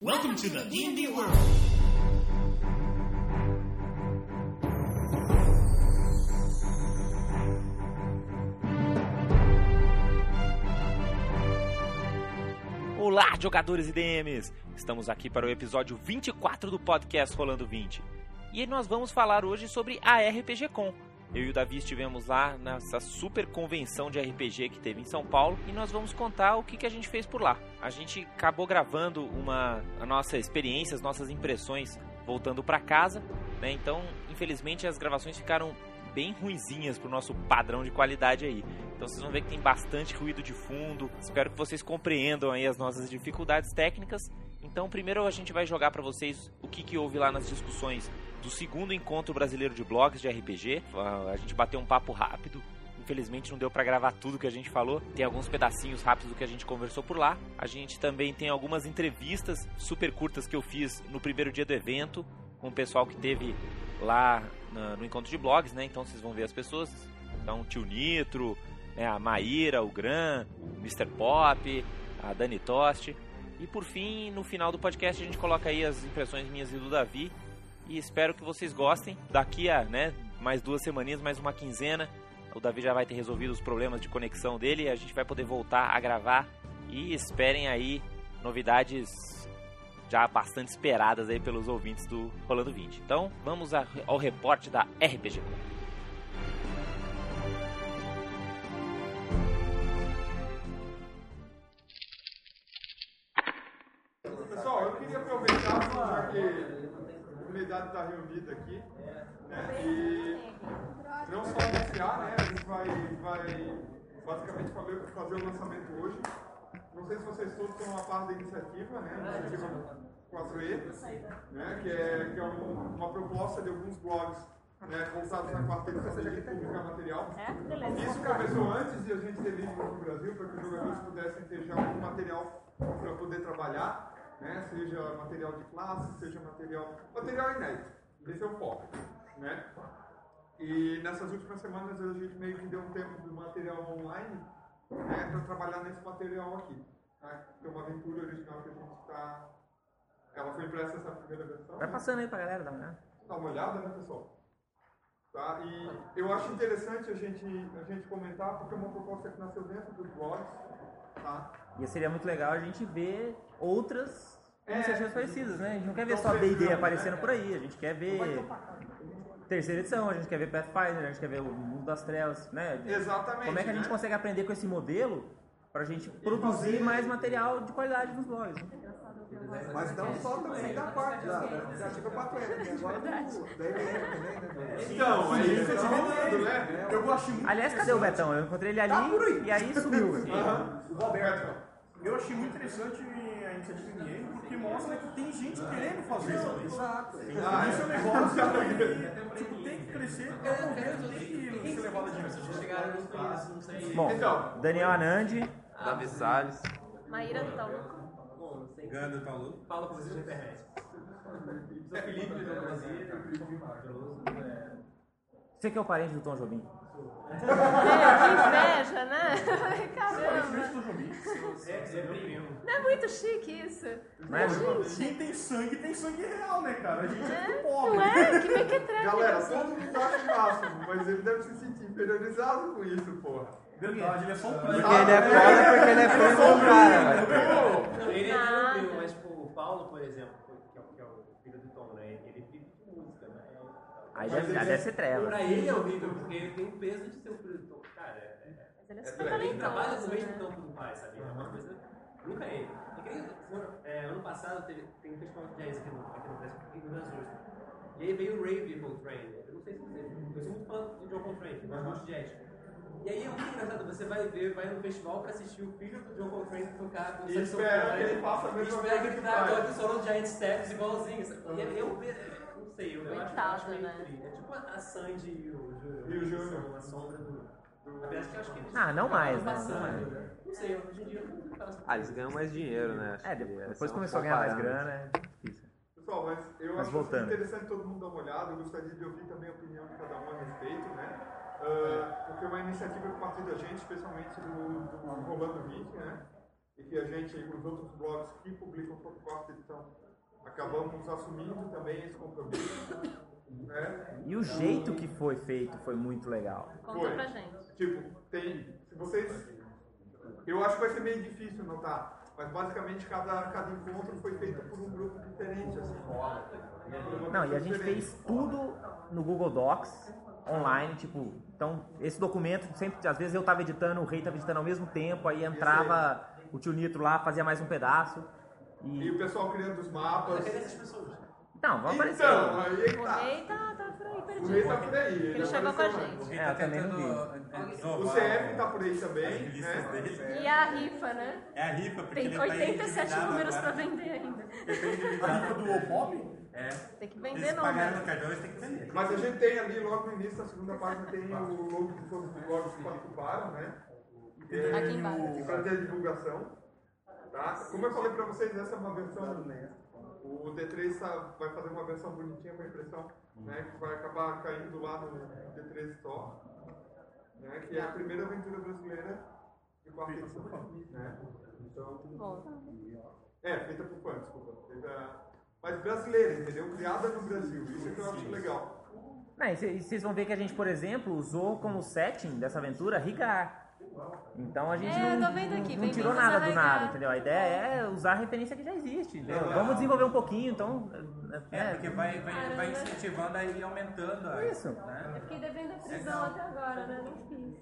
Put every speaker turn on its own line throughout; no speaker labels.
Welcome to the D&D world.
Olá, jogadores e DMs! Estamos aqui para o episódio 24 do podcast Rolando 20. E nós vamos falar hoje sobre a RPG Con. Eu e o Davi estivemos lá nessa super convenção de RPG que teve em São Paulo e nós vamos contar o que, que a gente fez por lá. A gente acabou gravando uma a nossa experiência, as nossas impressões voltando para casa, né? Então, infelizmente as gravações ficaram bem ruinzinhas pro nosso padrão de qualidade aí. Então vocês vão ver que tem bastante ruído de fundo. Espero que vocês compreendam aí as nossas dificuldades técnicas. Então primeiro a gente vai jogar para vocês o que, que houve lá nas discussões do segundo encontro brasileiro de blogs de RPG. Ah, A gente bateu um papo rápido. Infelizmente não deu para gravar tudo que a gente falou. Tem alguns pedacinhos rápidos do que a gente conversou por lá. A gente também tem algumas entrevistas super curtas que eu fiz no primeiro dia do evento com o pessoal que teve lá na- no encontro de blogs, né? Então vocês vão ver as pessoas. Então, o tio Nitro, né? a Maíra, o Gran, o Mr. Pop, a Dani Toste. E por fim, no final do podcast, a gente coloca aí as impressões minhas e do Davi. E espero que vocês gostem. Daqui a né, mais duas semaninhas, mais uma quinzena, o Davi já vai ter resolvido os problemas de conexão dele. E a gente vai poder voltar a gravar. E esperem aí novidades já bastante esperadas aí pelos ouvintes do Rolando 20. Então, vamos a- ao reporte da RPG Con.
Pessoal, eu queria aproveitar, assim, já que a comunidade está reunida aqui, né, e não só anunciar, né, a gente vai, vai basicamente fazer, fazer o lançamento hoje. Não sei se vocês todos estão a par da iniciativa, né, da iniciativa 4E, né, que é, que é um- uma proposta de alguns blogs né, voltados na quarta edição de publicar material. Isso começou antes de a gente ter livro no Brasil, para que os jogadores pudessem ter já algum material para poder trabalhar, né? seja material de classe, seja material. material inédito. Esse é o foco. Né? E nessas últimas semanas a gente meio que deu um tempo do material online né, para trabalhar nesse material aqui. Né? Tem uma aventura original que a gente está. Ela foi impressa essa primeira versão.
É
Vai
né?
passando aí pra galera, dá uma olhada.
dar uma olhada, né, pessoal? Tá? E eu acho interessante a gente, a gente comentar, porque é uma proposta que nasceu dentro dos blogs, tá?
E seria muito legal a gente ver outras
É.
iniciativas parecidas, né? A gente não quer ver
Não
só
sei
D&D
não,
aparecendo
né?
por aí, a gente quer ver
um
terceira edição, a gente quer ver Pathfinder, a gente quer ver o Mundo das Trevas, né?
Exatamente,
Como é que a gente
né?
consegue aprender com esse modelo pra gente produzir
fazer-
mais material de qualidade nos blogs? né?
Mas não só também da parte da da
tipo,
iniciativa 4 e agora do, da EBR também, né?
Então, é isso que eu tô falando, né?
Eu achei muito,
Aliás, cadê o Betão? Eu encontrei ele ali
Tá por aí.
e aí sumiu. assim.
Eu achei muito interessante a iniciativa do Ninguém, porque mostra que tem gente querendo fazer isso.
exato.
Ah,
Isso é um negócio que tipo, tem que crescer, é um governo tem que ser levado a
Bom,
Então.
Daniel Anandi,
Davi Salles.
Maíra tá do Taluco.
você que é o parente do Tom Jobim.
É, que inveja, né? Caramba. Não é muito chique isso?
Não é?
Gente,
Quem tem sangue, tem sangue real, né, cara? A gente é muito
não
pobre.
é? Que mequetrefe.
Galera, todo mundo acha o máximo, mas ele deve se sentir inferiorizado com isso, porra.
Verdade, ele é só um preto.
Porque ele
Ah,
é foda, porque ele é franco do cara.
né?
velho.
Ele é
Ah,
tranquilo,
tá.
mas tipo, o Paulo, por exemplo, que é, o- que é o filho do Tom, né? Ele vive de música, né?
Aí já, já deve ser treva.
Pra ele é horrível, porque ele tem o peso de ser o filho do Tom. Cara, é,
Mas ele é
é,
super
ele
então,
trabalha
talentoso,
no mesmo
né?
campo do pai, sabe? É uma coisa. Nunca ele. É que nem- ano- é, ano passado teve, tem um festival de jazz aqui no, aqui no Brasil, aqui no Rio Grande do Sul. E aí veio o Rave Coltrane. Eu não sei se vocês. Eu sou muito fã de John Coltrane, eu gosto muito de jazz. E aí é muito engraçado, você vai ver, vai no festival pra assistir o filho do John Coltrane tocar com o
E
saxofone.
espera que ele faça a
E
mesma
espera
coisa
que tá ele
que Uhum.
dá
faz.
toque solo de Giant Steps igualzinho. sabe? E é- eu, eu não sei, eu, eu acho, eu acho
Coitado,
meio
né?
tri. É tipo a Sandy e o Júnior.
E o
que
Júnior.
São a sombra do... Apesar que eu acho que eles...
Ah, não mais, né?
Passando, né? Não sei, hoje em dia eu não faço...
Ah, eles ganham mais dinheiro, né? Acho
É,
que
depois,
essa é uma
começou a ganhar mais
parada.
né?
grana, é difícil.
Pessoal, mas eu
Mas
acho
voltando.
interessante todo mundo dar uma olhada, eu gostaria de ouvir também a opinião de cada um a respeito, né? Ah, porque é uma iniciativa que partiu da gente, especialmente do, do Rolando Vick, né? e que a gente, os outros blogs que publicam por conta estão, então, acabamos assumindo também esse compromisso. né?
E o jeito que foi feito foi muito legal.
Conta pra gente.
Tipo, tem. Se vocês. Eu acho que vai ser meio difícil notar, mas basicamente cada, cada encontro foi feito por um grupo diferente, assim.
Não, e a gente fez tudo no Google Docs, online, tipo, então esse documento sempre, às vezes eu tava editando, o rei tava editando ao mesmo tempo, aí entrava o tio Nitro lá, fazia mais um pedaço.
E
E.
o pessoal criando os mapas.
Não, vamos aparecer.
Então, aí é que
O
tá.
rei tá, tá por aí
O rei
perdido.
tá por aí.
Ele chegou com a gente.
É, eu também não vi.
O CF tá por aí também, né?
E a rifa, né?
É a rifa, porque ele
Tem
tá
87
endividado
números pra
agora.
vender ainda.
A rifa do Opop?
É.
Tem que
Eles
vender
pagaram
número.
no cartão, eles têm que vender.
Mas a gente tem ali, logo no início da segunda página, tem o logo de todos os blogs que participaram, né?
Aqui
É,
embaixo.
e fazer a divulgação. Tá? Como eu falei pra vocês, essa é uma versão. O D3 tá- vai fazer uma versão bonitinha pra impressão, né? Que vai acabar caindo lá no D3 Store. Né? Que é a primeira aventura brasileira de quarta edição. Né? Então,
Bom,
É, feita por fã, desculpa. Feita- Mas brasileira, entendeu? Criada no Brasil. Isso que eu acho legal.
Não, e cê- e vocês vão ver que é a gente, por exemplo, usou como setting dessa aventura Rigar. Então a gente
É, eu
não,
tô vendo aqui,
não
bem
tirou
vindo usar
nada do nada,
Rigar.
entendeu? A ideia é usar a referência que já existe. entendeu? Vamos desenvolver um pouquinho, então. É,
É, porque vai, vai, vai
Caramba.
incentivando aí e aumentando. a-
Isso.
Né?
eu fiquei devendo a prisão até agora, né? Não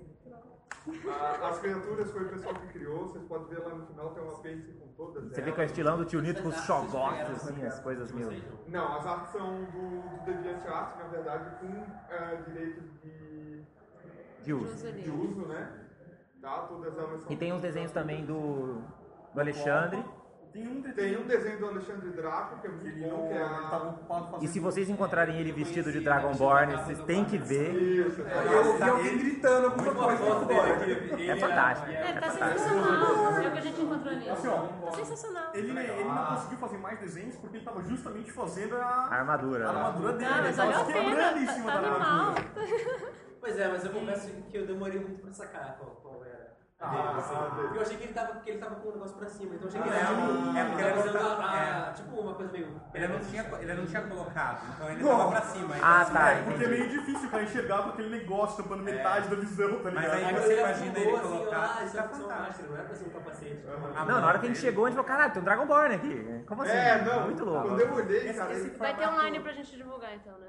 fiz.
A- As criaturas foi o pessoal que criou. Vocês podem ver lá no final, tem um apêndice com todas
Você vê
elas.
que é o estilão do tio Nito com os xogotes, assim, as coisas meio.
Não, as artes são do, do Deviante Arte, na verdade, com eh, direitos de,
de uso.
Uso
de
livre.
uso, né? Tá? Todas elas são...
E tem uns desenhos também do, do Alexandre.
Tem um
Tem
desenho
um desenho do Alexandre Draco, que é muito
Ele
bom, que é
não
a...
estava ocupado fazendo.
E se vocês encontrarem ele vestido de Dragonborn, vocês têm que ver.
Isso,
E
tá?
eu- e alguém gritando alguma coisa
Foto
lá fora.
dele aqui, ele
É fantástico.
É, tá sensacional. É o que a gente encontrou ali.
Assim,
então.
ó.
Sensacional.
Ele, ele não
Ah.
conseguiu fazer mais desenhos porque ele estava justamente fazendo
A
a,
armadura.
a armadura dele.
Ah,
Ele
mas
tava
olha a
se quebrando em
pena.
cima
Tá
da
animal.
armadura.
Pois é, mas eu confesso que eu demorei muito pra sacar qual, qual era. a
Ah,
dele,
Ah,
tá,
assim. Porque eu achei que ele, tava, porque ele tava com o negócio pra cima, então eu achei que
Ah,
ele era
Ah, é,
tipo,
é porque ele
tava
era-
usando a- a-
é.
tipo uma coisa meio.
Ele não tinha, ele não tinha colocado, então ele tava pra cima. então
Ah,
assim,
tá,
é,
Porque é meio difícil pra enxergar com aquele negócio tampando
É.
metade da visão, tá ligado?
Mas aí
Aí
você
ele
imagina ele
afundou, assim,
colocar,
ah, isso é
tá
opção
fantástico.
máscara, não era pra ser um capacete.
A
Não, na hora
mão
que a gente
dele.
chegou, a gente falou, caralho, tem um Dragonborn aqui. Como assim?
É, não,
Muito
quando
louco.
eu olhei, cara, ele-
Vai ter online pra gente divulgar então, né?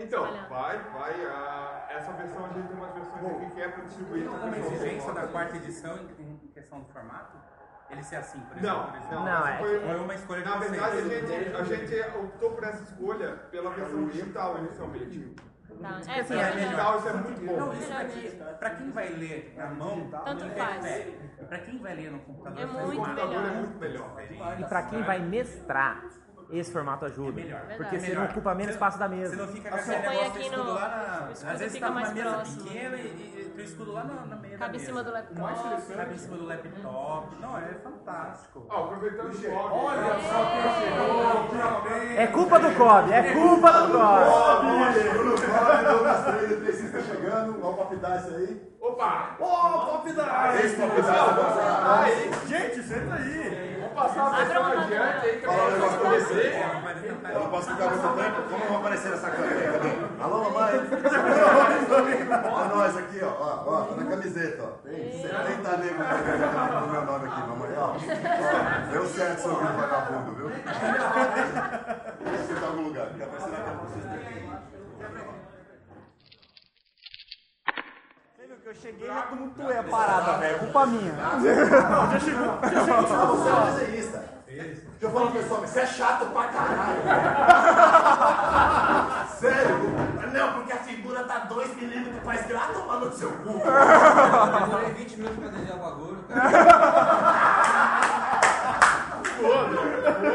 Então,
Olha.
vai, vai. a- essa versão a gente tem umas versões aqui que é para distribuir.
Tem
pro
alguma
pessoal.
exigência da quarta edição em em questão do formato? Ele ser assim, por exemplo?
Não,
por exemplo.
não.
Não,
essa
é
foi-
Foi uma escolha de
Na
vocês.
verdade, a gente, a gente optou por essa escolha pela versão digital inicialmente.
Tá. É,
assim,
foi
é
melhor.
melhor.
Digital, isso é muito
Não,
bom.
isso daqui, pra quem vai ler na mão,
Tanto
não
faz.
interfere. E pra quem vai ler no computador,
É
faz
muito
O
uma-
computador é
melhor.
muito melhor.
E pra quem vai mestrar, esse formato ajuda.
Melhor.
Porque você
Melhor.
não ocupa menos
Você-
espaço da
Você não
mesa.
fica com
Você põe
aquele negócio do
aqui
escudo
no-
lá na...
o escudo
Às vezes
fica
tá numa
mais
mesa
próximo.
pequena e, e, e o escudo lá na, na meia da
Cabe em
mesa.
cima do
O mais
laptop.
interessante
Cabe em cima do laptop. Não, é fantástico.
Ó, aproveitando o blog.
Olha só quem chegou! Parabéns!
É culpa do Cobb, é culpa do Cobb.
Bruno Cláudio, Douglas Trader, PC tá chegando, olha o Pop Dice aí.
Opa!
Ô, Pop Dice!
Esse Pop Dice agora
Aí,
Gente, senta aí!
vou passar a
Abre
versão
uma
adiante aí, que eu
Fala um
quero
negócio pra você.
Vai tentar-
Eu não posso ficar muito tempo, como eu vou aparecer nessa câmera também? Alô, mamãe! Olha nós aqui, ó, ó, ó, tá na camiseta, ó. Tem 70 negros na camiseta com meu nome aqui, mamãe, ó. ó deu certo seu vídeo vagabundo, viu? Deixa eu sentar em algum lugar, que aparecer na câmera pra vocês verem.
Eu cheguei já tumultuei é a parada, velho. Culpa minha.
Ah, você é um desenhista. Deixa eu falar pro pessoal, mas você é chato pra caralho. Sério? Não, porque a figura tá 2 milímetros pra esquerda. Ah, tomando no seu cu.
Eu demorei 20 minutos pra desenhar o bagulho, cara.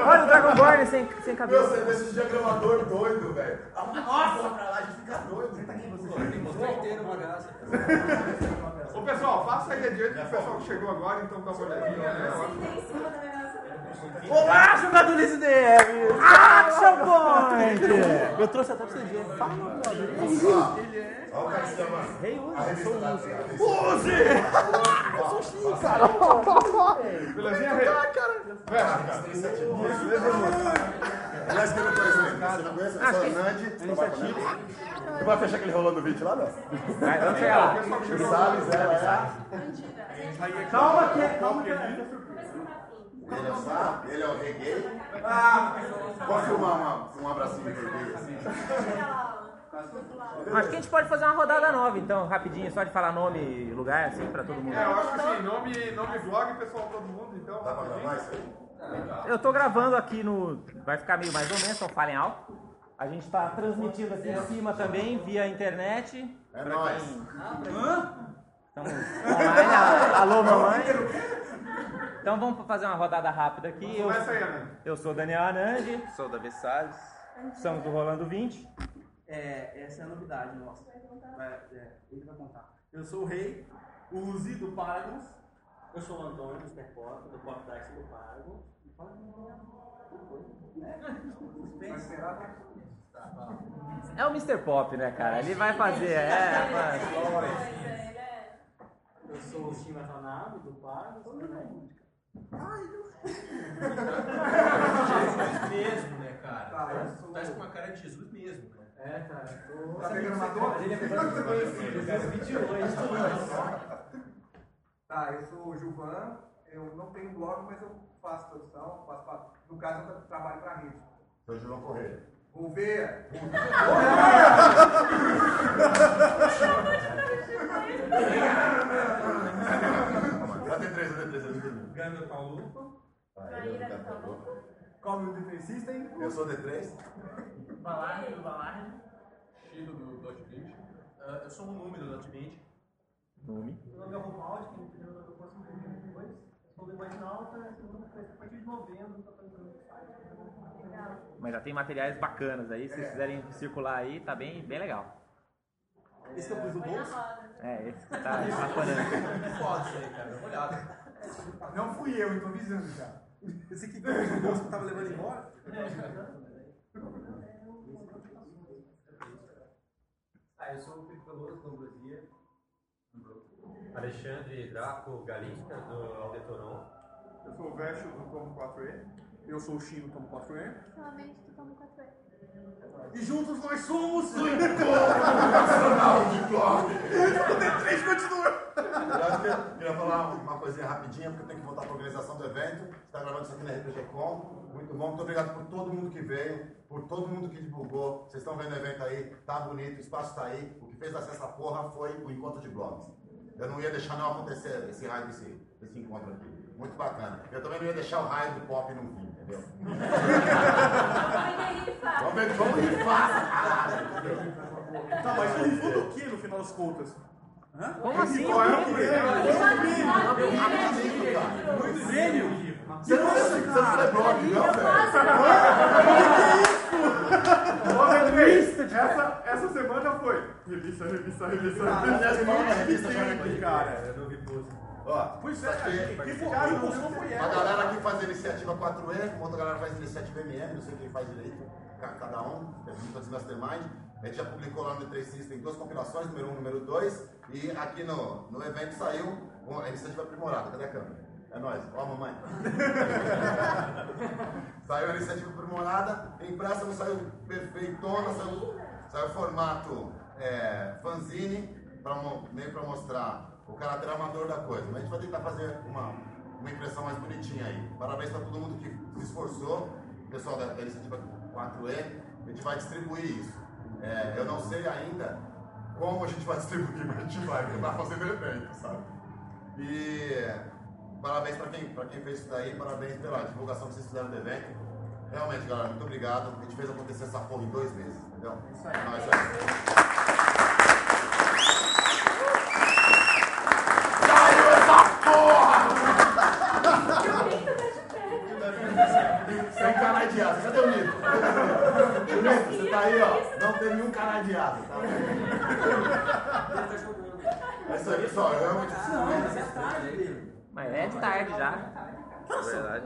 Olha o Dragonborn sem, sem
Meu,
cabelo.
você vê esse diagramador doido, velho. Nossa, pra lá, a gente fica doido. Senta aqui, você.
Mostrei inteiro o bagaço.
Ô pessoal, passa aí adiante pro pessoal que chegou agora, então dá uma olhadinha, né? tá
Olá, jogadores de DM! Ah, Action Point! Eu trouxe até pra você ver. Fala,
Ó,
é.
ó o cara se chama. A revista da
Pose!
Eu sou chique, cara.
Belezinha, Rê?
Aliás, quem não conhece o Você não conhece? Eu sou Hernandes. Tu vai fechar aquele rolando o vídeo lá,
É,
não?
Vai, vamos chegar lá.
O Salles, ela é a...
Calma que, calma que.
Ele é o Sá, ele é o reggae. Pode filmar uma- um abracinho de reggae, assim?
Acho que a gente pode fazer uma rodada nova, então, rapidinho, só de falar nome e lugar, assim, pra todo mundo.
É, eu acho que assim, nome, nome vlog, pessoal, todo mundo, então.
Dá pra gravar isso aí?
Eu tô gravando aqui no. Vai ficar meio mais ou menos, então falem alto. A gente tá transmitindo aqui em cima também, via internet.
É nóis.
Então, online, a- alô mamãe. Então vamos fazer uma rodada rápida aqui. Eu,
Começa aí, né? Ana.
eu sou Daniel Anandi,
Sou Davi Salles.
somos do Rolando 20.
É, essa é a novidade nossa. Vai, é, ele vai contar. Eu sou o Rei, o Uzi do Paragons. Eu sou o Antônio do Superpop, do Pop Dice do Paragons. Fala que não é. Suspense.
É o Mr. Pop, né, cara? Ele vai fazer. É, mas...
Eu sou o Steve Atanado do Paragons. Todo mundo. Ai, mesmo, né, cara? Tá com uma cara de Jesus mesmo, né? É, cara. Tô...
Tá pegando uma dor?
Ele é cara, 22.
Tá, eu sou o Gilvan, eu não tenho blog, mas eu faço produção, faço, faço- no caso eu trabalho pra rede.
Sou João Correia.
Vou ver.
Dá D3, dá D3.
Ganda Pauluco.
Aí, eu nunca acabou.
Qual o meu defeito? System?
Eu sou D3.
Balarne do Balarne. Chido do Dodge Beach. eu sou um número do Dodge Beach. Meu nome é Romualdi, que me pediu eu posso me ver depois. Sou Lebanauta, esse número foi a partir de novembro, tá fazendo no site. né? Legal.
mas já tem materiais bacanas aí, se vocês quiserem circular aí, tá bem, bem legal.
Esse que eu pus no bolso?
É, esse que tá bacanando.
Foda isso aí, cara, dá uma olhada.
Não fui eu, eu
então,
tô avisando já.
Esse aqui que eu pus no bolso que eu tava levando embora? Ah, eu sou o Felipe Pelouros, do Ambrosia.
Alexandre Draco Galinca, do Aldetoron.
Eu sou o Vércio do Como 4E.
Eu sou o Chino, tomo 4M.
Realmente, tu toma café.
E juntos nós somos...
Eu queria falar uma coisinha rapidinha, porque eu tenho que voltar para a organização do evento. Está gravando isso aqui na RPG Com. Muito bom. Muito obrigado por todo mundo que veio, por todo mundo que divulgou. Vocês estão vendo o evento aí, tá bonito, o espaço está aí. O que fez acesso essa porra foi o encontro de blogs. Eu não ia deixar não acontecer esse raio desse, desse encontro aqui. Muito bacana. Eu também não ia deixar o raio do pop não vir, entendeu? Vamos ver como ele faz.
Tá, mas todo mundo o que no final das contas?
Como assim?
é
Muito gênio!
Você não, você não lê blog, não, velho?
Então, Essa, essa semana foi. Revista, revista, revista.
Aliás, fala da revista Charlie Hebdo.
Eu não vi pose.
Ó,
Pois é, cara, quem foi- quem postou foi
Uma
ela.
galera aqui faz a iniciativa 4E, uma outra galera faz a iniciativa MM, não sei quem faz direito, ca- cada um, é junto de Mastermind. A gente já publicou lá no E3 System duas compilações, número 1 um, e número 2, e aqui no, no evento saiu uma- a iniciativa aprimorada. Cadê a câmera? É nóis, ó a mamãe. saiu a iniciativa aprimorada, em praça não saiu perfeitona, saiu, saiu formato é, fanzine, pra, mo- meio para mostrar o caráter amador da coisa. Mas a gente vai tentar fazer uma, uma impressão mais bonitinha aí. Parabéns para todo mundo que se esforçou, pessoal da, da iniciativa 4E, a gente vai distribuir isso. É, eu não sei ainda como a gente vai distribuir, mas a gente vai tentar fazer o evento, sabe? E parabéns para quem, pra quem fez isso daí, parabéns pela divulgação que vocês fizeram do evento. Realmente, galera, muito obrigado. A gente fez acontecer essa porra em dois meses, entendeu? Isso aí. Nós, é. Sem canadiado. Cadê o Nito? O Nito, você tá aí, ó. Não tem nenhum canadiado, tá? É isso aí, pessoal. Eu realmente preciso ver.
Mas é de tarde já.
Na verdade,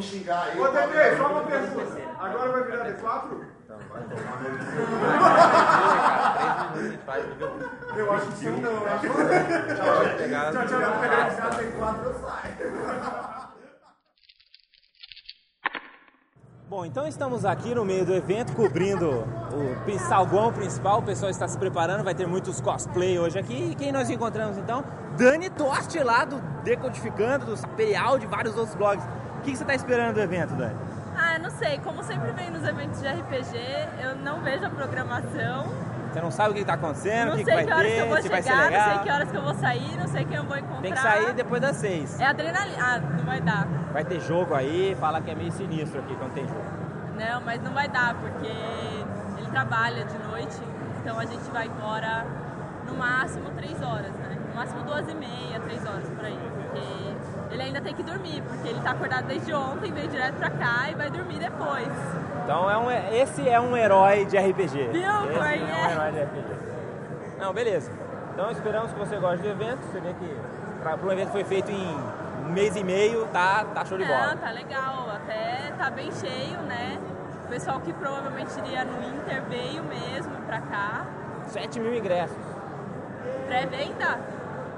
xingar aí.
Ô, Dedê, só uma pergunta. Agora vai virar D4?
Vai tomar
Eu acho que sim, não. eu acho que não.
Tchau, tchau.
Tchau, tchau.
Tchau,
tchau.
tem quatro, eu saio.
Bom, então estamos aqui no meio do evento cobrindo o prin- salgão principal. O pessoal está se preparando, vai ter muitos cosplay hoje aqui. E quem nós encontramos então? Dani Toste lá do Decodificando, do Imperial, de vários outros blogs. O que que você está esperando do evento, Dani?
Ah, não sei, como sempre vem nos eventos de RPG, eu não vejo a programação.
Você não sabe o que está acontecendo,
não
o que,
sei
que
que
vai
horas
ter,
que eu vou
se vai ser
chegar,
legal.
não sei que horas que eu vou sair, não sei quem eu vou encontrar.
Tem que sair depois das seis.
É adrenalina. Ah, não vai dar.
Vai ter jogo aí, fala que é meio sinistro aqui quando tem jogo.
Não, mas não vai dar, porque ele trabalha de noite, então a gente vai embora no máximo três horas, né? No máximo duas e meia, três horas por aí. Porque ele ainda tem que dormir, porque ele tá acordado desde ontem, veio direto pra cá e vai dormir depois.
Então é um, esse é um herói de RPG.
Viu,
esse é um
Cornélio?
herói de RPG. Não, beleza. Então esperamos que você goste do evento. Você vê que pra, pro evento foi feito em um mês e meio, tá, tá show de bola.
Não, tá legal, até tá bem cheio, né? O pessoal que provavelmente iria no Inter veio mesmo pra cá.
7 mil ingressos.
Pré-venda?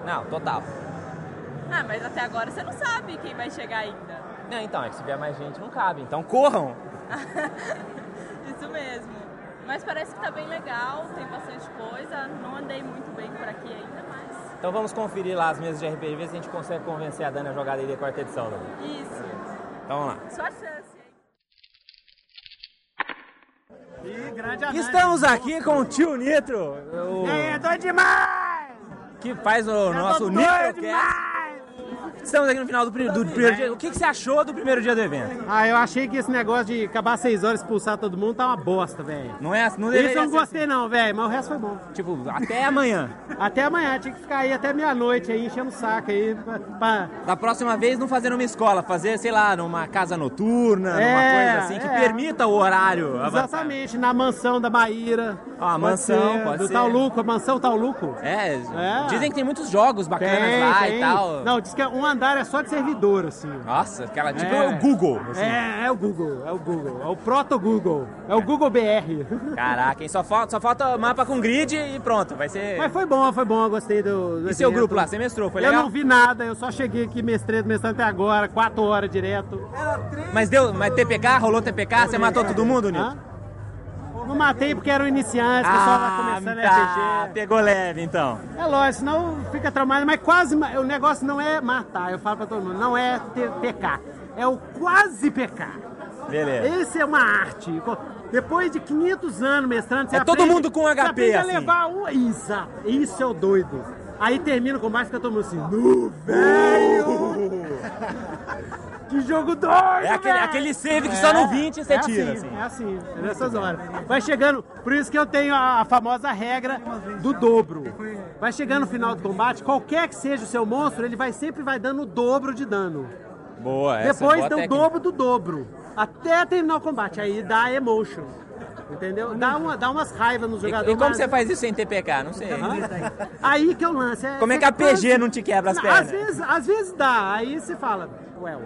Não, total.
Ah, mas até agora você não sabe quem vai chegar ainda.
Não, então, é que se vier mais gente não cabe. Então corram.
Isso mesmo. Mas parece que tá bem legal, tem bastante coisa. Não andei muito bem por aqui ainda, mas.
Então vamos conferir lá as mesas de RPG, ver se a gente consegue convencer a Dani a jogar dele a quarta edição. Dani.
Isso.
Então vamos lá.
Só a chance, hein?
Estamos aqui com o tio Nitro. O...
É, doido demais!
que faz o
Tá
nosso
doido
é
Nitrocast. Estamos aqui no final do, pri- do primeiro dia. O que, que você achou do primeiro dia do evento?
Ah, eu achei que esse negócio de acabar seis horas e expulsar todo mundo tá uma bosta, velho.
Não é? Não
Isso
deveria
eu não
ser
gostei não, velho, mas o resto foi bom.
Tipo, até amanhã.
Até amanhã, tinha que ficar aí até meia-noite aí, enchendo o saco aí. Pra, pra-
Da próxima vez, não fazer numa escola, fazer, sei lá, numa casa noturna, numa
É,
coisa assim, que
é.
permita o horário. avançar.
Exatamente, na mansão da Maíra.
Ó, a mansão, pode
do
ser.
Tal Luco, a mansão Tal Luco.
É, dizem que tem muitos jogos bacanas
Tem,
lá
tem.
e É, tal.
Não, diz que um andar é só de servidor, assim.
Nossa, aquela, tipo o Google. assim.
É, é o Google, é o Google, é o proto-Google, é o Google BR.
Caraca, hein? Só falta, só falta mapa com grid e pronto, vai ser...
Mas foi bom, foi bom, eu gostei do, do
E seu
evento.
grupo lá, você mestrou, foi
eu
legal?
não vi nada, eu só cheguei aqui mestrando, mestrando até agora, quatro horas direto.
Mas deu, mas TPK, rolou TPK, você matou todo mundo, Nito?
Não matei porque um eram iniciantes, o pessoal lá tá começando a
Ah, tá, pegou leve então.
RPG. É lógico, senão fica traumado, mas quase. ma- O negócio não é matar, eu falo pra todo mundo, não é ter, pecar. É o quase pecar.
Beleza.
Esse é uma arte. Co- Depois de 500 anos mestrando, você
É todo
aprende-
mundo com HP,
você aprende a
assim.
levar um... Exato. Isso é o doido. Aí termina com mais fica todo mundo assim, nu, velho! que jogo doido,
É aquele-
velho!
aquele save que só no 20 você
é
tira,
Assim,
assim.
É assim, é nessas horas. Vai chegando, por isso que eu tenho a, a famosa regra do dobro. Vai chegando no final do combate, qualquer que seja o seu monstro, ele vai sempre vai dando o dobro de dano.
Boa, essa é
Depois
boa
dá o
técnica.
dobro do dobro. Até terminar o combate. Aí dá emotion. Entendeu? Dá, uma, dá umas raivas no
E,
jogador.
e como
mas-
você faz isso sem TPK? Não sei.
Hã? Aí que eu lance.
Como é que a PG não te quebra as
Não,
pernas?
Às vezes, às vezes dá. Aí você fala, well.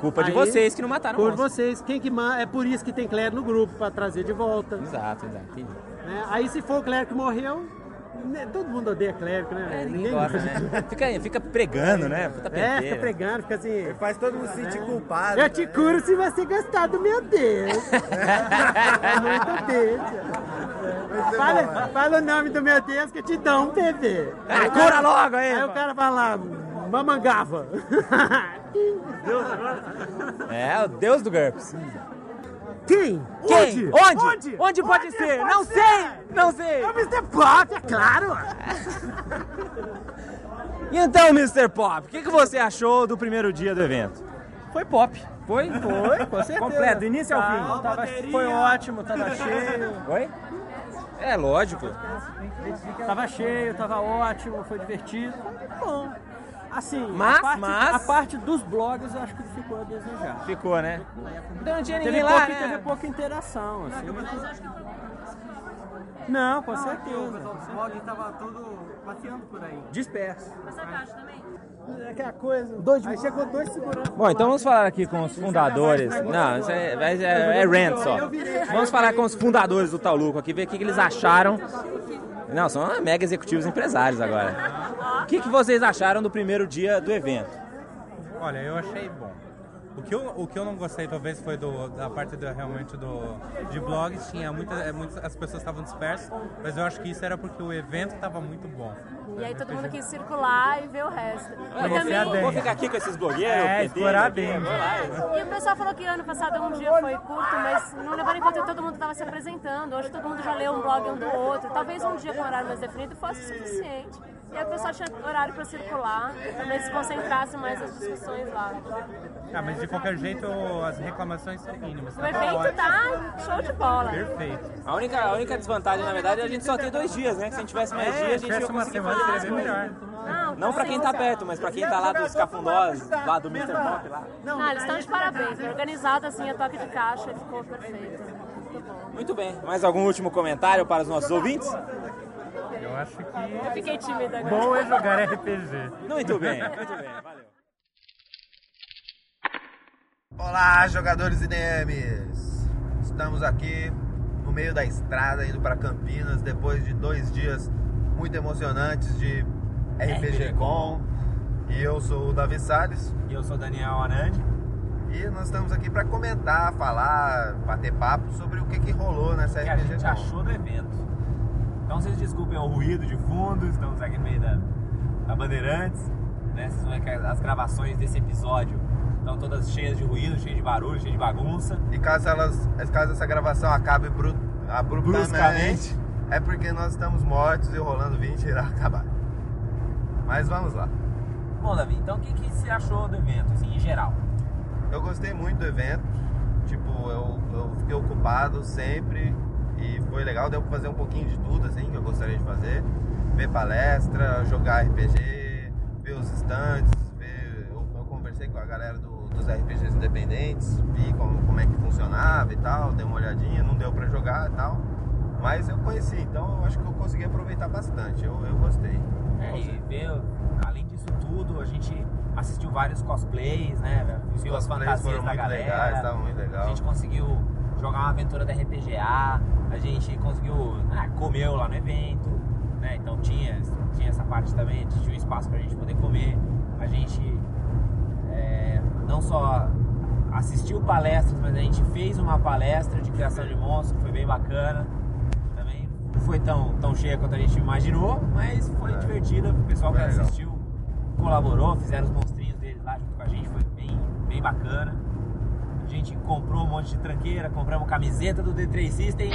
Culpa de
Aí-
vocês que não mataram o
Por
monstro.
vocês. Quem que manda. É por isso que tem clero no grupo, pra trazer de volta.
Exato, exato. entendi.
né? Aí se for o clero que morreu. né, Todo mundo odeia clérigo, né?
É, ninguém gosta, né? Fica, fica pregando, né? Puta
É,
penteira.
fica pregando, fica
É
assim. Faz todo mundo se sentir
culpado,
Eu
né?"
te curo se você gostar do meu Deus. É muito beijo. Fala, fala o nome do meu Deus que eu te dou um bebê.
Ah, cura logo aí,
Aí o cara vai lá, mamangava. Deus agora?
É, o deus do GURPS.
Quem?
Quem?
Onde?
Onde?
Onde?
Onde pode
Onde
ser?
pode
não
ser?
sei! Não sei! É o
Mr. Pop, é claro!
E então, Mr. Pop, o que, que você achou do primeiro dia do evento? Foi pop. Foi?
Foi, com certeza.
Completo, do início ao fim.
Tá, tava- foi ótimo, tava cheio.
Oi? É, lógico.
Tava cheio, tava ótimo, foi divertido. Foi bom. Assim,
Mas-
a, parte,
mas-
a parte dos blogs eu acho que ficou a desejar. Um
Ficou, né?
Não
tinha
teve
ninguém lá,
pouca,
né?
Teve pouca interação, assim.
Não, com
tá- Não, é que O
certeza.
pessoal do blog tava todo passeando por aí.
Disperso.
Mas
tá
a caixa também?
É aquela coisa. Dois... Aí chegou dois seguranças.
Bom, então vamos falar aqui com os fundadores. Não, isso é, mas é, é rant só. Vamos falar com os fundadores do Taluco aqui, ver o que, que eles acharam. Não, são mega executivos empresários agora. O que, que vocês acharam do primeiro dia do evento?
Olha, eu achei bom. O que eu, o que eu não gostei talvez foi do, da parte do, realmente do, de blogs, tinha muita, é, muitas, as pessoas estavam dispersas, mas eu acho que isso era porque o evento estava muito bom.
E aí todo mundo quis circular e ver o resto.
Vou
Eu
ficar
também-
dentro.
Vou ficar aqui com esses blogueiros.
É,
PT,
explorar
PT,
bem.
vou lá.
E o pessoal falou que ano passado um dia foi curto, mas não levando em conta que todo mundo estava se apresentando. Hoje todo mundo já leu um blog um do outro. Talvez um dia com horário mais definido fosse o suficiente. E aí o pessoal tinha horário para circular, também se concentrasse mais nas discussões lá.
Ah, mas de qualquer jeito as reclamações são mínimas.
O evento tá show de bola.
Perfeito.
A única, a única desvantagem, na verdade, é a gente só ter dois dias, né? Que se a gente tivesse mais
É,
dias, a gente ia
tivesse uma
conseguir
semana,
fazer
seria melhor.
Não, assim,
Não pra quem tá perto, mas pra quem tá lá dos cafundós, lá do Mr. Pop, lá.
Não, eles estão de parabéns. Foi organizado assim, a toque de caixa ficou perfeito. Muito bom.
Muito bem. Mais algum último comentário para os nossos ouvintes?
Eu acho que
Eu fiquei tímida agora.
bom é jogar RPG.
Muito bem, muito bem. Valeu.
Ah,
Olá, jogadores e DMs! Estamos aqui no meio da estrada, indo para Campinas, depois de dois dias muito emocionantes de RPG Com. E eu sou o Davi Salles.
E eu sou o Daniel Arandi.
E nós estamos aqui para comentar, falar, bater papo sobre o que, que rolou nessa
que a
RPG
gente
Com.
achou do evento. Então vocês desculpem o ruído de fundo, estamos aqui no meio da, da Bandeirantes, né? Vocês vão ver que as gravações desse episódio estão todas cheias de ruído, cheias de barulho, cheias de bagunça.
E caso, elas, caso essa gravação acabe bru- abruptamente,
Bruscamente.
é porque nós estamos mortos e o Rolando 20 irá acabar. Mas vamos lá.
Bom, Davi, então o que, que você achou do evento, assim, em geral?
Eu gostei muito do evento. Tipo, eu, eu fiquei ocupado sempre e foi legal. Deu pra fazer um pouquinho de tudo, assim, que eu gostaria de fazer. Ver palestra, jogar RPG, ver os stands, ver... Eu, eu conversei com a galera do- dos RPGs independentes, vi como, como é que funcionava e tal, dei uma olhadinha, não deu pra jogar e tal. Mas eu conheci, então eu acho que eu consegui aproveitar bastante. Eu, eu gostei.
É, e ver, além disso tudo, a gente assistiu vários cosplays, né? Viu as
Cosplays
fantasias da
foram muito
galera.
legais, tava muito legal.
A gente conseguiu jogar uma aventura da RPGA, a gente conseguiu. Ah, comeu lá no evento, né? Então tinha, tinha essa parte também, tinha um espaço pra gente poder comer. A gente é, não só assistiu palestras, mas a gente fez uma palestra de criação de monstros, que foi bem bacana. Também não foi tão, tão cheia quanto a gente imaginou, mas foi divertida. O pessoal que
É. Foi legal.
assistiu colaborou, fizeram os monstrinhos deles lá junto com a gente, foi bem, bem bacana. A gente comprou um monte de tranqueira, compramos camiseta do D3 System.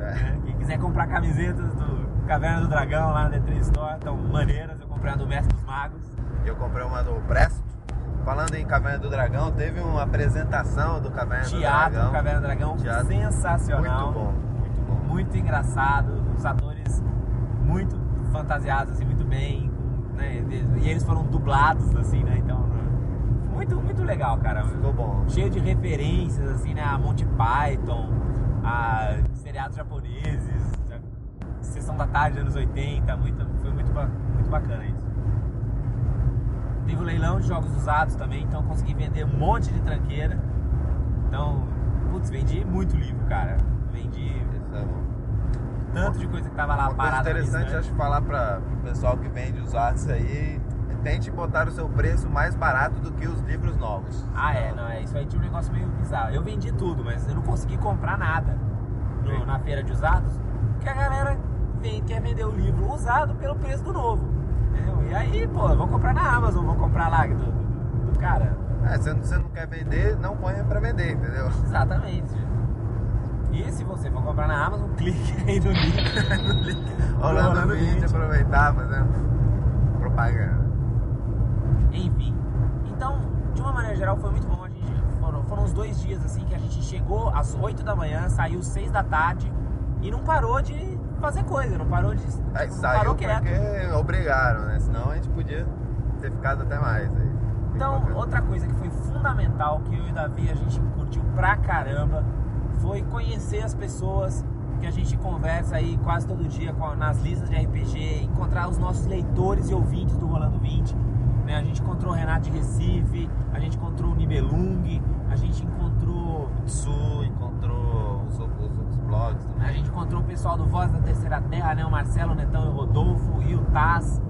É, Quem quiser comprar camisetas do Caverna do Dragão lá na D3 Store, estão maneiras. Eu comprei a do Mestre dos Magos.
Eu comprei uma do Presto. Falando em Caverna do Dragão, teve uma apresentação do Caverna
Teatro
do Dragão.
do Caverna do Dragão,
Teatro.
sensacional.
Muito bom, muito bom.
Muito engraçado, os atores muito fantasiados, assim, muito bem. com, né, eles- e eles foram dublados, assim, né? Então, né, muito, muito legal, cara.
Ficou bom.
Cheio de referências, assim, né? A Monty Python, a seriados japoneses, a Sessão da Tarde, anos 80. Muito, foi muito, ba- muito bacana isso. Teve o leilão de jogos usados também, então eu consegui vender um monte de tranqueira. Então, putz, vendi muito livro, cara. Vendi tanto de coisa que tava lá
Uma coisa
parada. no
interessante,
estante.
acho falar para o pessoal que vende usados aí, é, tente botar o seu preço mais barato do que os livros novos.
Ah, é, não, é isso aí tinha um negócio meio bizarro. Eu vendi tudo, mas eu não consegui comprar nada no- na feira de usados, porque a galera vem- quer vender o livro usado pelo preço do novo. entendeu? E aí, pô, eu vou comprar na Amazon, vou comprar lá do, do- do cara.
É, você não, você não quer vender, não ponha para vender, entendeu?
Exatamente. E se você for comprar na Amazon, clique aí no link.
Olhando o vídeo, aproveitar, fazendo propaganda.
Enfim. Então, de uma maneira geral, foi muito bom. A gente foram, foram uns dois dias assim que a gente chegou às 8 da manhã, saiu às 6 da tarde e não parou de fazer coisa, não parou de. não
Aí É, saiu
parou quieto.
porque obrigaram, né? Senão a gente podia ter ficado até mais aí.
Então, outra coisa que foi fundamental que eu e o Davi a gente curtiu pra caramba foi conhecer as pessoas, que a gente conversa aí quase todo dia com a- nas listas de RPG, encontrar os nossos leitores e ouvintes do Rolando 20. né? A gente encontrou o Renato de Recife, a gente encontrou o Nibelung, a gente encontrou.
Sul, encontrou os, os outros blogs também.
A gente encontrou o pessoal do Voz da Terceira Terra, né? O Marcelo, o Netão e o Rodolfo e o Taz.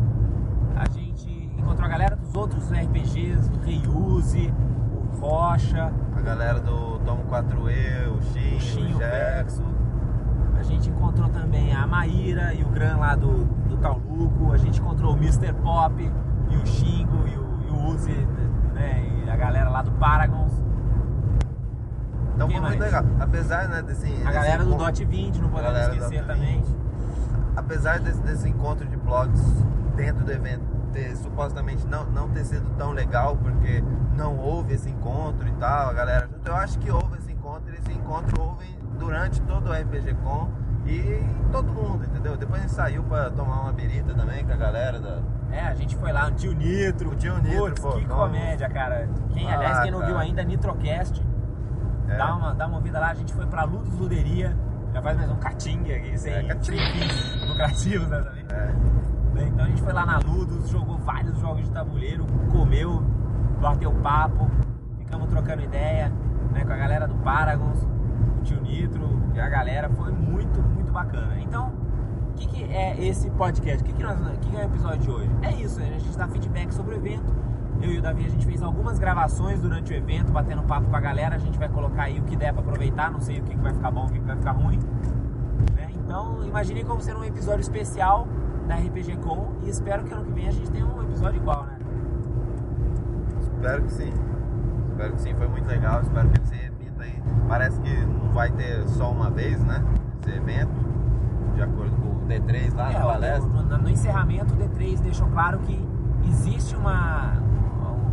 A gente encontrou a galera dos outros RPGs, o Reuse, o Rocha.
A galera do Tomo 4E, o Chinho, o,
Chinho, o
Jackson.
A gente encontrou também a Maíra e o Gran lá do, do Tauluco. A gente encontrou o Mr. Pop e o Xingo e o, e o Uzi, né? E a galera lá do Paragons.
Então
Quem
foi muito
mais?
legal. Apesar, né, desse.
A galera do Dot 20, não podemos esquecer também.
Apesar desse, desse encontro de blogs dentro do evento ter supostamente não, não ter sido tão legal, porque não houve esse encontro e tal, a galera. Eu acho que houve esse encontro e esse encontro houve durante todo o RPG Com e todo mundo, entendeu? Depois a gente saiu pra tomar uma birita também com a galera da.
É, a gente foi lá, o tio Nitro.
O tio Nitro,
Putz,
pô,
que
então-
comédia, cara. Quem, aliás,
Ah,
quem não
cara.
viu ainda, Nitrocast.
É.
Dá, uma, dá uma vida lá. A gente foi pra Ludos Luderia. Já faz mais um catinga aqui,
É,
sem, sem fins lucrativos, né? Também. Né, Então a gente foi lá na Ludos, jogou vários jogos de tabuleiro, comeu, bateu papo, ficamos trocando ideia né, com a galera do Paragons, o tio Nitro e a galera. Foi muito, muito bacana. Então, o que, que é esse podcast? O que, que, nós- o que que é o episódio de hoje? É isso, né? a gente dá feedback sobre o evento. Eu e o Davi, a gente fez algumas gravações durante o evento, batendo um papo com a galera. A gente vai colocar aí o que der pra aproveitar, não sei o que, que vai ficar bom, o que, que vai ficar ruim. né? Então, imagine como ser um episódio especial da RPG Com e espero que ano que vem a gente tenha um episódio igual, né?
Espero que sim. Espero que sim, foi muito legal, espero que ele se repita aí. Parece que não vai ter só uma vez, né? Esse evento, de acordo com o D3 lá
É,
na
o-
palestra.
No, no- no encerramento, o D3 deixou claro que existe uma,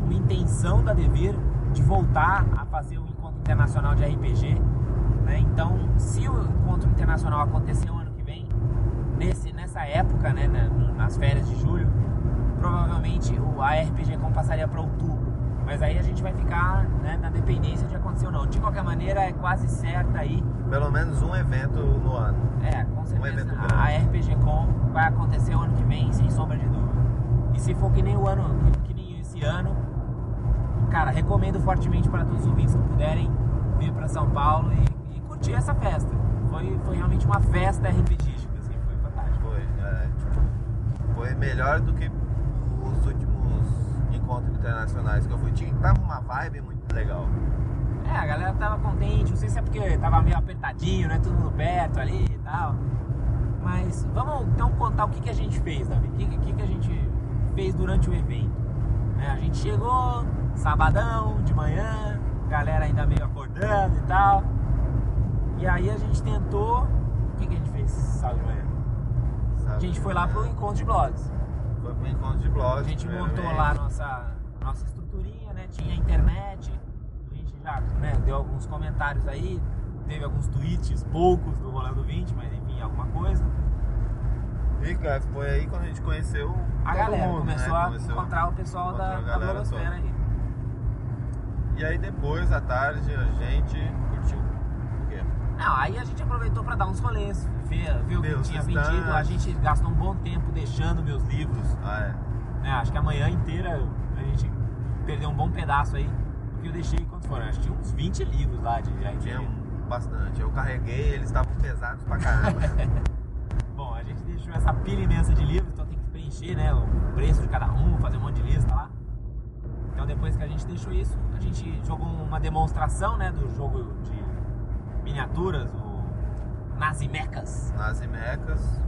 uma intenção da Devir de voltar a fazer o encontro internacional de RPG. né? Então, se o encontro internacional acontecer o ano que vem, nesse, nessa época, né, na- no- nas férias de julho, provavelmente o ARPG Com passaria para outubro. Mas aí a gente vai ficar né, na dependência de acontecer ou não. De qualquer maneira, é quase certa aí.
Pelo menos um evento no ano.
É, com certeza. a RPG Com vai acontecer o ano que vem, sem sombra de dúvida. E se for que nem o ano, que nem esse ano, cara, recomendo fortemente para todos os ouvintes que puderem vir para São Paulo e, e curtir essa festa. Foi, foi realmente uma festa RPGística, assim, foi fantástico.
Foi, é, tipo, foi melhor do que os últimos encontros internacionais que eu fui. Tinha, tava uma vibe muito legal.
É, a galera tava contente, não sei se é porque tava meio apertadinho, né? Todo mundo perto ali e tal. Mas vamos então contar o que, que a gente fez, Davi. O que, que, que a gente fez durante o evento. né? A gente chegou, sabadão, de manhã, galera ainda meio acordando e tal. E aí a gente tentou. O que, que a gente fez sábado de manhã?
Sábado
a gente
de
foi lá
manhã.
pro encontro de blogs.
É, Foi pro encontro de blogs.
A gente montou lá a nossa, nossa estruturinha, né? Tinha internet, a gente já né, deu alguns comentários aí, teve alguns tweets, poucos do Rolando 20, mas enfim, alguma coisa.
E cara, foi aí quando a gente conheceu
A
todo
galera
mundo, né?
começou a encontrar o pessoal da,
encontrar a
da
galera
blogosfera aí.
E aí depois, à tarde, a gente curtiu o quê?
Não, aí a gente aproveitou pra dar uns rolês, ver, ver o que
Ver os
tinha
stands.
vendido. A gente gastou um bom tempo deixando meus livros.
Ah, é,
Né, acho que a manhã inteira a gente perdeu um bom pedaço aí. Porque eu deixei quantos foram? Acho que tinha uns 20 livros lá de de
Tinha um bastante. Eu carreguei, eles estavam pesados pra caramba.
Bom, a gente deixou essa pilha imensa de livros, então tem que preencher né, o preço de cada um, fazer um monte de lista lá. Então depois que a gente deixou isso, a gente jogou uma demonstração né, do jogo de miniaturas, o Nazimecas.
Nazimecas.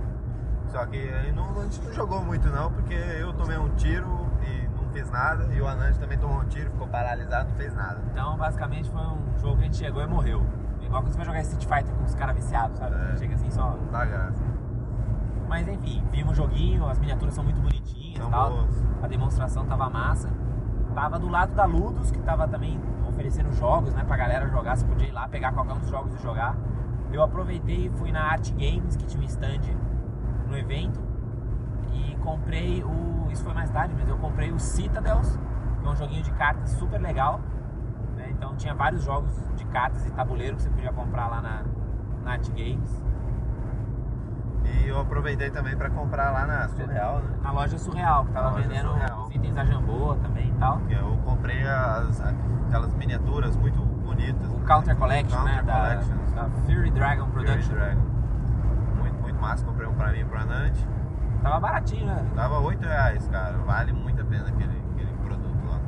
Só que aí não, a gente não jogou muito não, porque eu tomei um tiro e não fiz nada. E o Anand também tomou um tiro, ficou paralisado, não fez nada.
Então basicamente foi um jogo que a gente chegou e morreu. É Igual quando você vai jogar Street Fighter com os caras viciados, sabe? Você Chega assim só. Não
dá graça.
Mas enfim, vimos o joguinho, as miniaturas são muito bonitinhas e tal. A demonstração tava massa. Tava do lado da Ludus, que tava também oferecendo jogos, né, pra galera jogar. Você podia ir lá pegar qualquer um dos jogos e jogar. Eu aproveitei e fui na Art Games, que tinha um stand no evento. E comprei o. Isso foi mais tarde, mas eu comprei o Citadels, que é um joguinho de cartas super legal. né? Então tinha vários jogos de cartas e tabuleiro que você podia comprar lá na, na Art Games.
eu aproveitei também pra comprar lá na Surreal, né?
Na loja Surreal, que tava
loja
vendendo
Surreal.
os itens da Jamboa também e tal.
Eu comprei as- aquelas miniaturas muito bonitas. O
Counter Collection, né? Da- da Fury Dragon Production.
Muito, muito massa. Comprei um pra mim e pro Anante.
Tava baratinho, né?
Tava 8 reais, cara. Vale muito a pena aquele, aquele produto lá.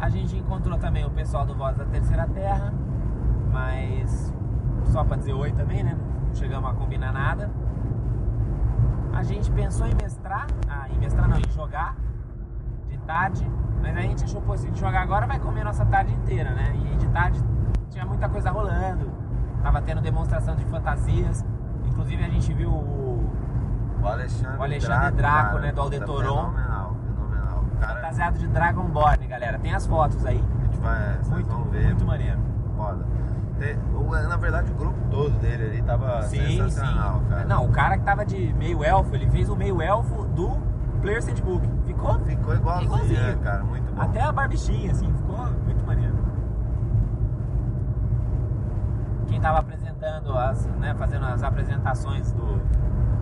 A gente encontrou também o pessoal do Voz da Terceira Terra, mas só pra dizer oi também, né? Não chegamos a combinar nada. A gente pensou em mestrar, ah, em mestrar não, em jogar de tarde, mas a gente achou, pô, se a gente jogar agora vai comer a nossa tarde inteira, né? E de tarde tinha muita coisa rolando, tava tendo demonstração de fantasias, inclusive a gente viu o,
O Alexandre,
o Alexandre Draco,
cara,
né, do
puta,
Aldetoron.
Fenomenal, fenomenal. Cara,
Fantasiado de Dragonborn, galera. Tem as fotos aí.
A gente vai, vocês vão ver. Muito
maneiro.
Foda. Tem- o- na verdade, o grupo todo dele ali tava
Sim, sim.
sensacional, cara.
Não, o cara que tava de meio elfo, ele fez o meio elfo do Player Sandbook. Ficou?
Ficou igualzinho, é, cara, muito bom.
Até a barbichinha, assim, ficou muito maneiro. Quem tava apresentando as, né, fazendo as apresentações do,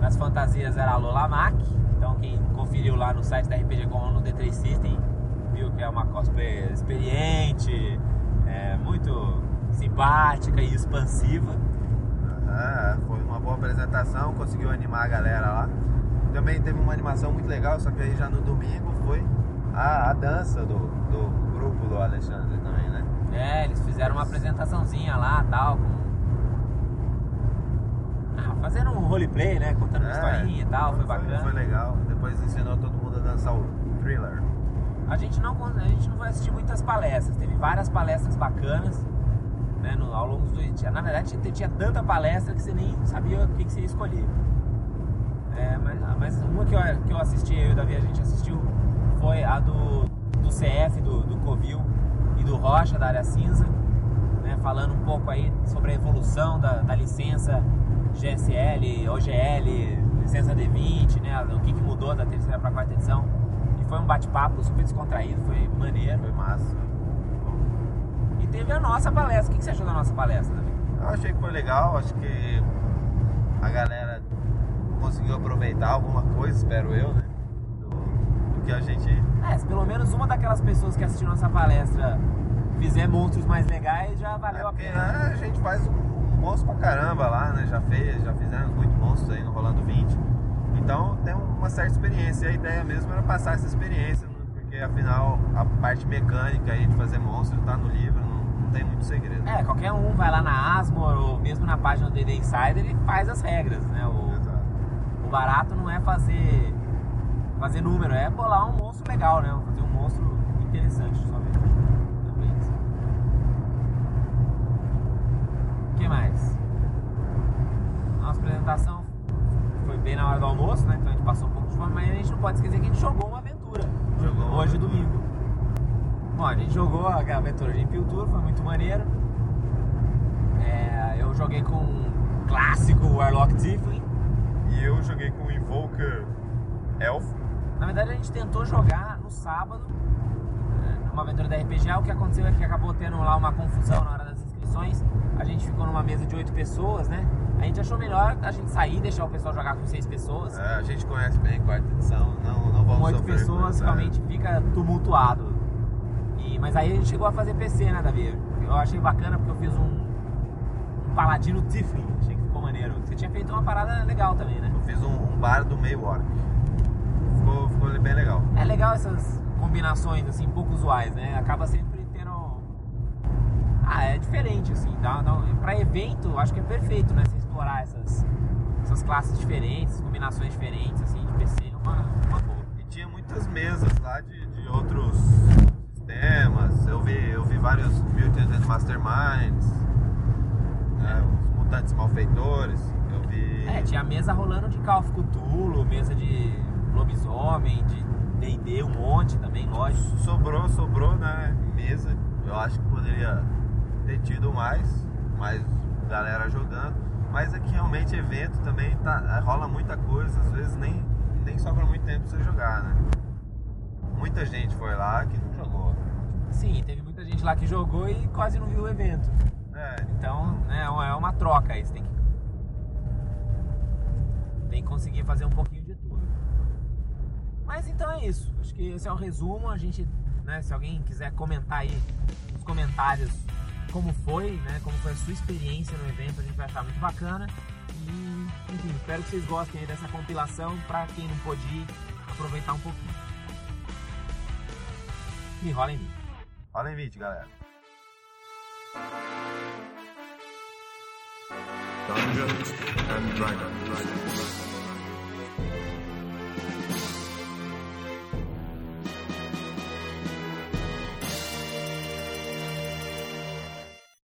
das fantasias era a Lola Mac. Então quem conferiu lá no site da RPG Com no D3 System viu que é uma cosplayer experiente, é, muito simpática e expansiva.
Ah, foi uma boa apresentação, conseguiu animar a galera lá. Também teve uma animação muito legal, só que aí já no domingo foi a, a dança do, do grupo do Alexandre também, né?
É, eles fizeram uma apresentaçãozinha lá tal. com- Ah, fazendo um roleplay, né? Contando uma
É,
historinha e tal, foi, bacana.
Foi legal. Depois ensinou todo mundo a dançar o thriller.
A gente não con- a gente não vai assistir muitas palestras, teve várias palestras bacanas. Né, no, ao longo do dia. Na verdade, tinha, tinha tanta palestra que você nem sabia o que, que você ia escolher. É, mas, mas uma que eu, que eu assisti, eu e o Davi, a gente assistiu, foi a do, do CF, do, do Covil e do Rocha, da área cinza, né, falando um pouco aí sobre a evolução da, da licença GSL, OGL, licença D20, né, o que, que mudou da terceira para quarta edição. E foi um bate-papo super descontraído, foi maneiro. Foi
massa.
E teve a nossa palestra. O que, que você achou da nossa palestra, Davi?
Eu achei que foi legal, acho que a galera conseguiu aproveitar alguma coisa, espero eu, né? Do, do que a gente.
É, se pelo menos uma daquelas pessoas que assistiram nossa palestra fizer monstros mais legais, já valeu a pena.
é, A gente faz um monstro pra caramba lá, né? Já fez, já fizemos muito monstros aí no Rolando 20. Então tem uma certa experiência. E a ideia mesmo era passar essa experiência, né? porque afinal a parte mecânica aí de fazer monstro tá no livro, não, não tem muito segredo.
É, qualquer um vai lá na Asmor ou mesmo na página do DD Insider e faz as regras, né? O, o barato não é fazer fazer número, é bolar um monstro legal, né? Fazer um monstro interessante, só ver. Também. O que mais? Nossa apresentação foi bem na hora do almoço, né? Então a gente passou um pouco de fome, mas a gente não pode esquecer que a gente jogou uma aventura. hoje, é domingo. Bom, a gente jogou a aventura de Impiltura, foi muito maneiro. É, eu joguei com um clássico Warlock Tiefling.
E eu joguei com o Invoker Elf.
Na verdade, a gente tentou jogar no sábado é, uma aventura da RPG. O que aconteceu é que acabou tendo lá uma confusão na hora das inscrições. A gente ficou numa mesa de oito pessoas, né? A gente achou melhor a gente sair e deixar o pessoal jogar com seis pessoas.
É, a gente conhece bem quarta edição, não, não
com
vamos
oito
sofrer é. com
pessoas
isso,
realmente fica tumultuado. E, mas aí a gente chegou a fazer PC, né, Davi? Eu achei bacana porque eu fiz um, um paladino Tiefling. Achei que ficou maneiro. Você tinha feito uma parada legal também, né?
Eu fiz um, um bar do meio orc. Ficou, ficou bem legal.
É legal essas combinações, assim, pouco usuais, né? Acaba sempre tendo. um- Ah, é diferente, assim. Dá, dá... Pra evento, acho que é perfeito, né? Você explorar essas, essas classes diferentes, combinações diferentes, assim, de PC. é Uma, uma boa.
E tinha muitas mesas lá de, de outros sistemas. Eu vi, eu vi vários Mutants and Masterminds, né, os Mutantes Malfeitores. Eu vi.
É, tinha mesa rolando de Call of Cthulhu, mesa de lobisomem, de D&D, um monte também, lógico.
Sobrou, sobrou, né? Mesa. Eu acho que poderia ter tido mais, mais galera jogando. Mas aqui realmente evento também tá, rola muita coisa, às vezes nem, nem sobra muito tempo pra você jogar, né? Muita gente foi lá que não jogou.
Sim, teve muita gente lá que jogou e quase não viu o evento. é Então, né, é uma troca aí, você tem que Tem que conseguir fazer um pouquinho de tudo. Mas então é isso. Acho que esse é o resumo. A gente, né, se alguém quiser comentar aí nos comentários como foi, né, como foi a sua experiência no evento, a gente vai achar muito bacana. E, enfim, espero que vocês gostem aí dessa compilação para quem não pôde ir, aproveitar um pouquinho. E rola em mim.
Rola em vídeo, galera.
Dungeons and Dragons.